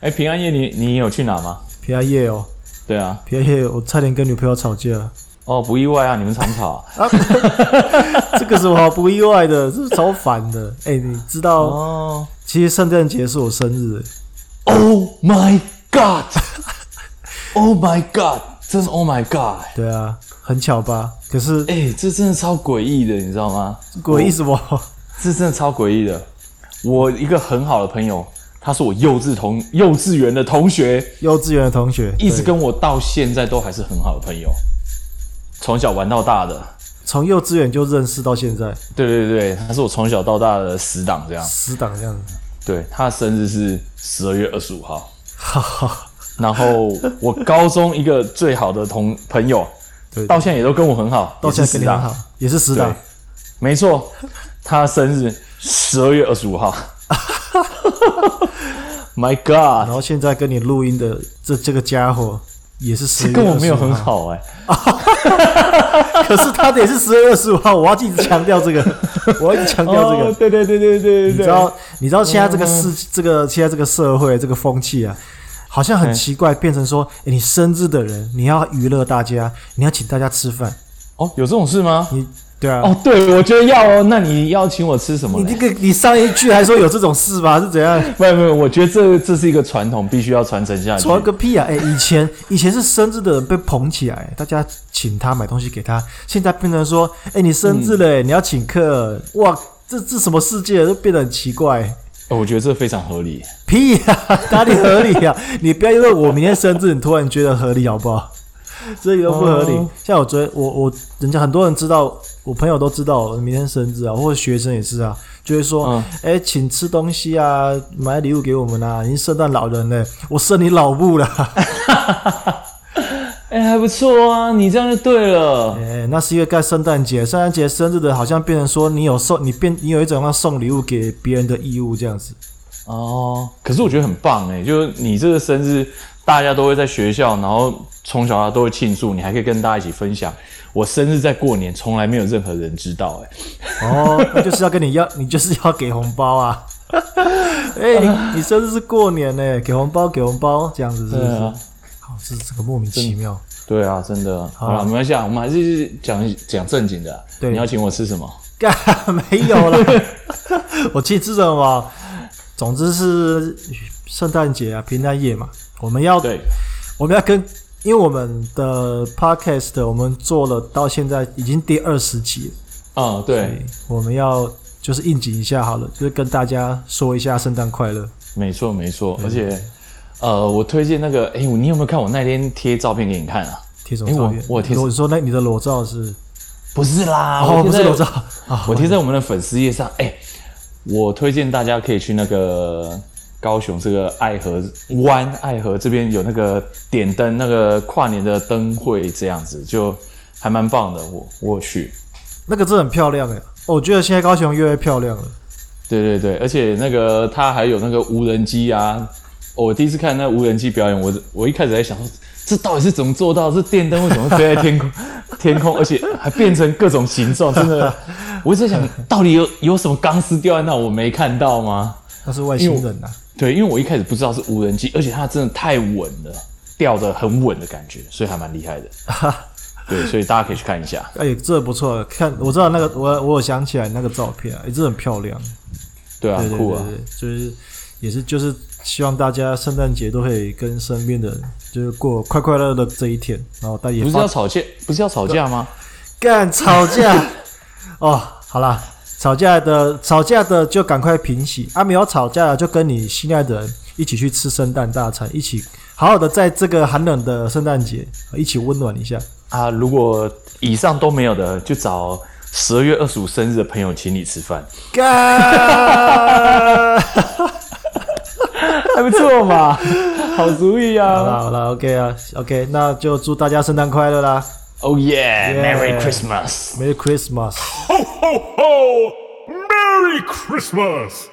哎，平安夜你你有去哪吗？平安夜哦，对啊，平安夜我差点跟女朋友吵架 了，哦，不意外啊，你们常吵啊。这个是我好不意外的，这是超烦的。哎、你知道，哦其实圣诞节是我生日， ，Oh my God，Oh my God，真是 Oh my God，对啊，很巧吧？可是哎、这真的超诡异的，你知道吗？诡异什么？这真的超诡异的。我一个很好的朋友，他是我幼稚同幼稚园的同学， 幼稚园的同学一直对跟我到现在都还是很好的朋友，从小玩到大的。从幼稚园就认识到现在，对对对，他是我从小到大的死党，这样。死党这样子，对，他的生日是十二月二十五号。哈哈，然后我高中一个最好的同朋友，对，到现在也都跟我很好，到也现在跟是死你党很好，也是死党对，没错，他生日十二月二十五 号。My 然 God，后现在跟你录音的这这个家伙也是十，跟我没有很，好哎、可是他的也是十月二十五号，我要一直强调这个，我要一直强调这个。哦对对对对对对嗯你对，知道，你知道现在这个世，这个现在这个社会，这个风气啊，好像很奇怪，变成说，哎诶你生日的人，你要娱乐大家，你要请大家吃饭，哦，有这种事吗？你对啊，哦，对，我觉得要哦。那你要请我吃什么你嘞？这个你上一句还说有这种事吧，是 怎样？没有没有，我觉得这这是一个传统，必须要传承下去。传个屁啊！哎、以前以前是生日的人被捧起来，大家请他买东西给他，现在变成说，哎、你生日了、你要请客，哇，这这什么世界？都变得很奇怪。哦我觉得这非常合理。屁呀、 哪里合理呀、你不要因为我明天生日，你突然觉得合理好不好？这里都不合理。哦像我昨天，我我人家很多人知道，我朋友都知道我明天生日啊，或者学生也是啊，就会说，嗯哎、请吃东西啊，买礼物给我们啊，你是圣诞老人呢、我生你老母了。哎，还不错啊，你这样就对了。哎、那是因为该圣诞节，圣诞节生日的好像变成说你有送，你变你有一种要送礼物给别人的义务这样子。哦，可是我觉得很棒哎，就是你这个生日，大家都会在学校，然后从小到大都会庆祝，你还可以跟大家一起分享。我生日在过年，从来没有任何人知道哎。哦，那就是要跟你要， 你就是要给红包啊！ 哎、你你生日是过年呢、给红包给红包，这样子是不对是？啊，好，这这个莫名其妙。 对啊，真的。好了，没关系啊，我们还是讲讲正经的啊。对你要请我吃什么？干没有啦， 我记吃什么？总之是圣诞节啊，平安夜嘛，我们要对，我们要跟，因为我们的 podcast 我们做了到现在已经第二十集了。嗯，对，对，我们要就是应景一下好了，就是跟大家说一下圣诞快乐。没错没错。而且，呃，我推荐那个，哎，你有没有看我那天贴照片给你看啊？贴什么诶照我片？我贴你说那你的裸照是？不是啦，哦，我不贴是在裸照啊，我贴在我们的粉丝页上。哎、我推荐大家可以去那个高雄这个爱河湾爱河这边有那个点灯，那个跨年的灯会这样子，就还蛮棒的。我我有去，那个真的很漂亮哎、哦我觉得现在高雄越来越漂亮了。对对对，而且那个它还有那个无人机啊。哦我第一次看那无人机表演，我我一开始在想说，这到底是怎么做到？这电灯为什么会飞在天空？ 天空，而且还变成各种形状，真的，我一直在想，到底有有什么钢丝掉在那，我没看到吗？那是外星人呐、对，因为我一开始不知道是无人机，而且它真的太稳了，吊的很稳的感觉，所以还蛮厉害的。 对，所以大家可以去看一下。哎，这不错，看我知道那个我我有想起来那个照片啊，哎，真的很漂亮，对啊，对对酷啊对，对，就是也是就是希望大家圣诞节都可以跟身边的人就是过快快乐乐的这一天，然后大家也不是发要吵架，不是要吵架吗？干吵架哦，好啦，吵架的吵架的就赶快平息啊！没有吵架的就跟你心爱的人一起去吃圣诞大餐，一起好好的在这个寒冷的圣诞节一起温暖一下。啊，如果以上都没有的，就找十二月二十五生日的朋友请你吃 饭，干！还不错嘛， 好主意 好啊！啦好啦，OK 啊，OK，那就祝大家圣诞快乐啦 Oh yeah，Merry Yeah Christmas！ ，Merry Christmas。 Ho, ho, ho! Merry Christmas!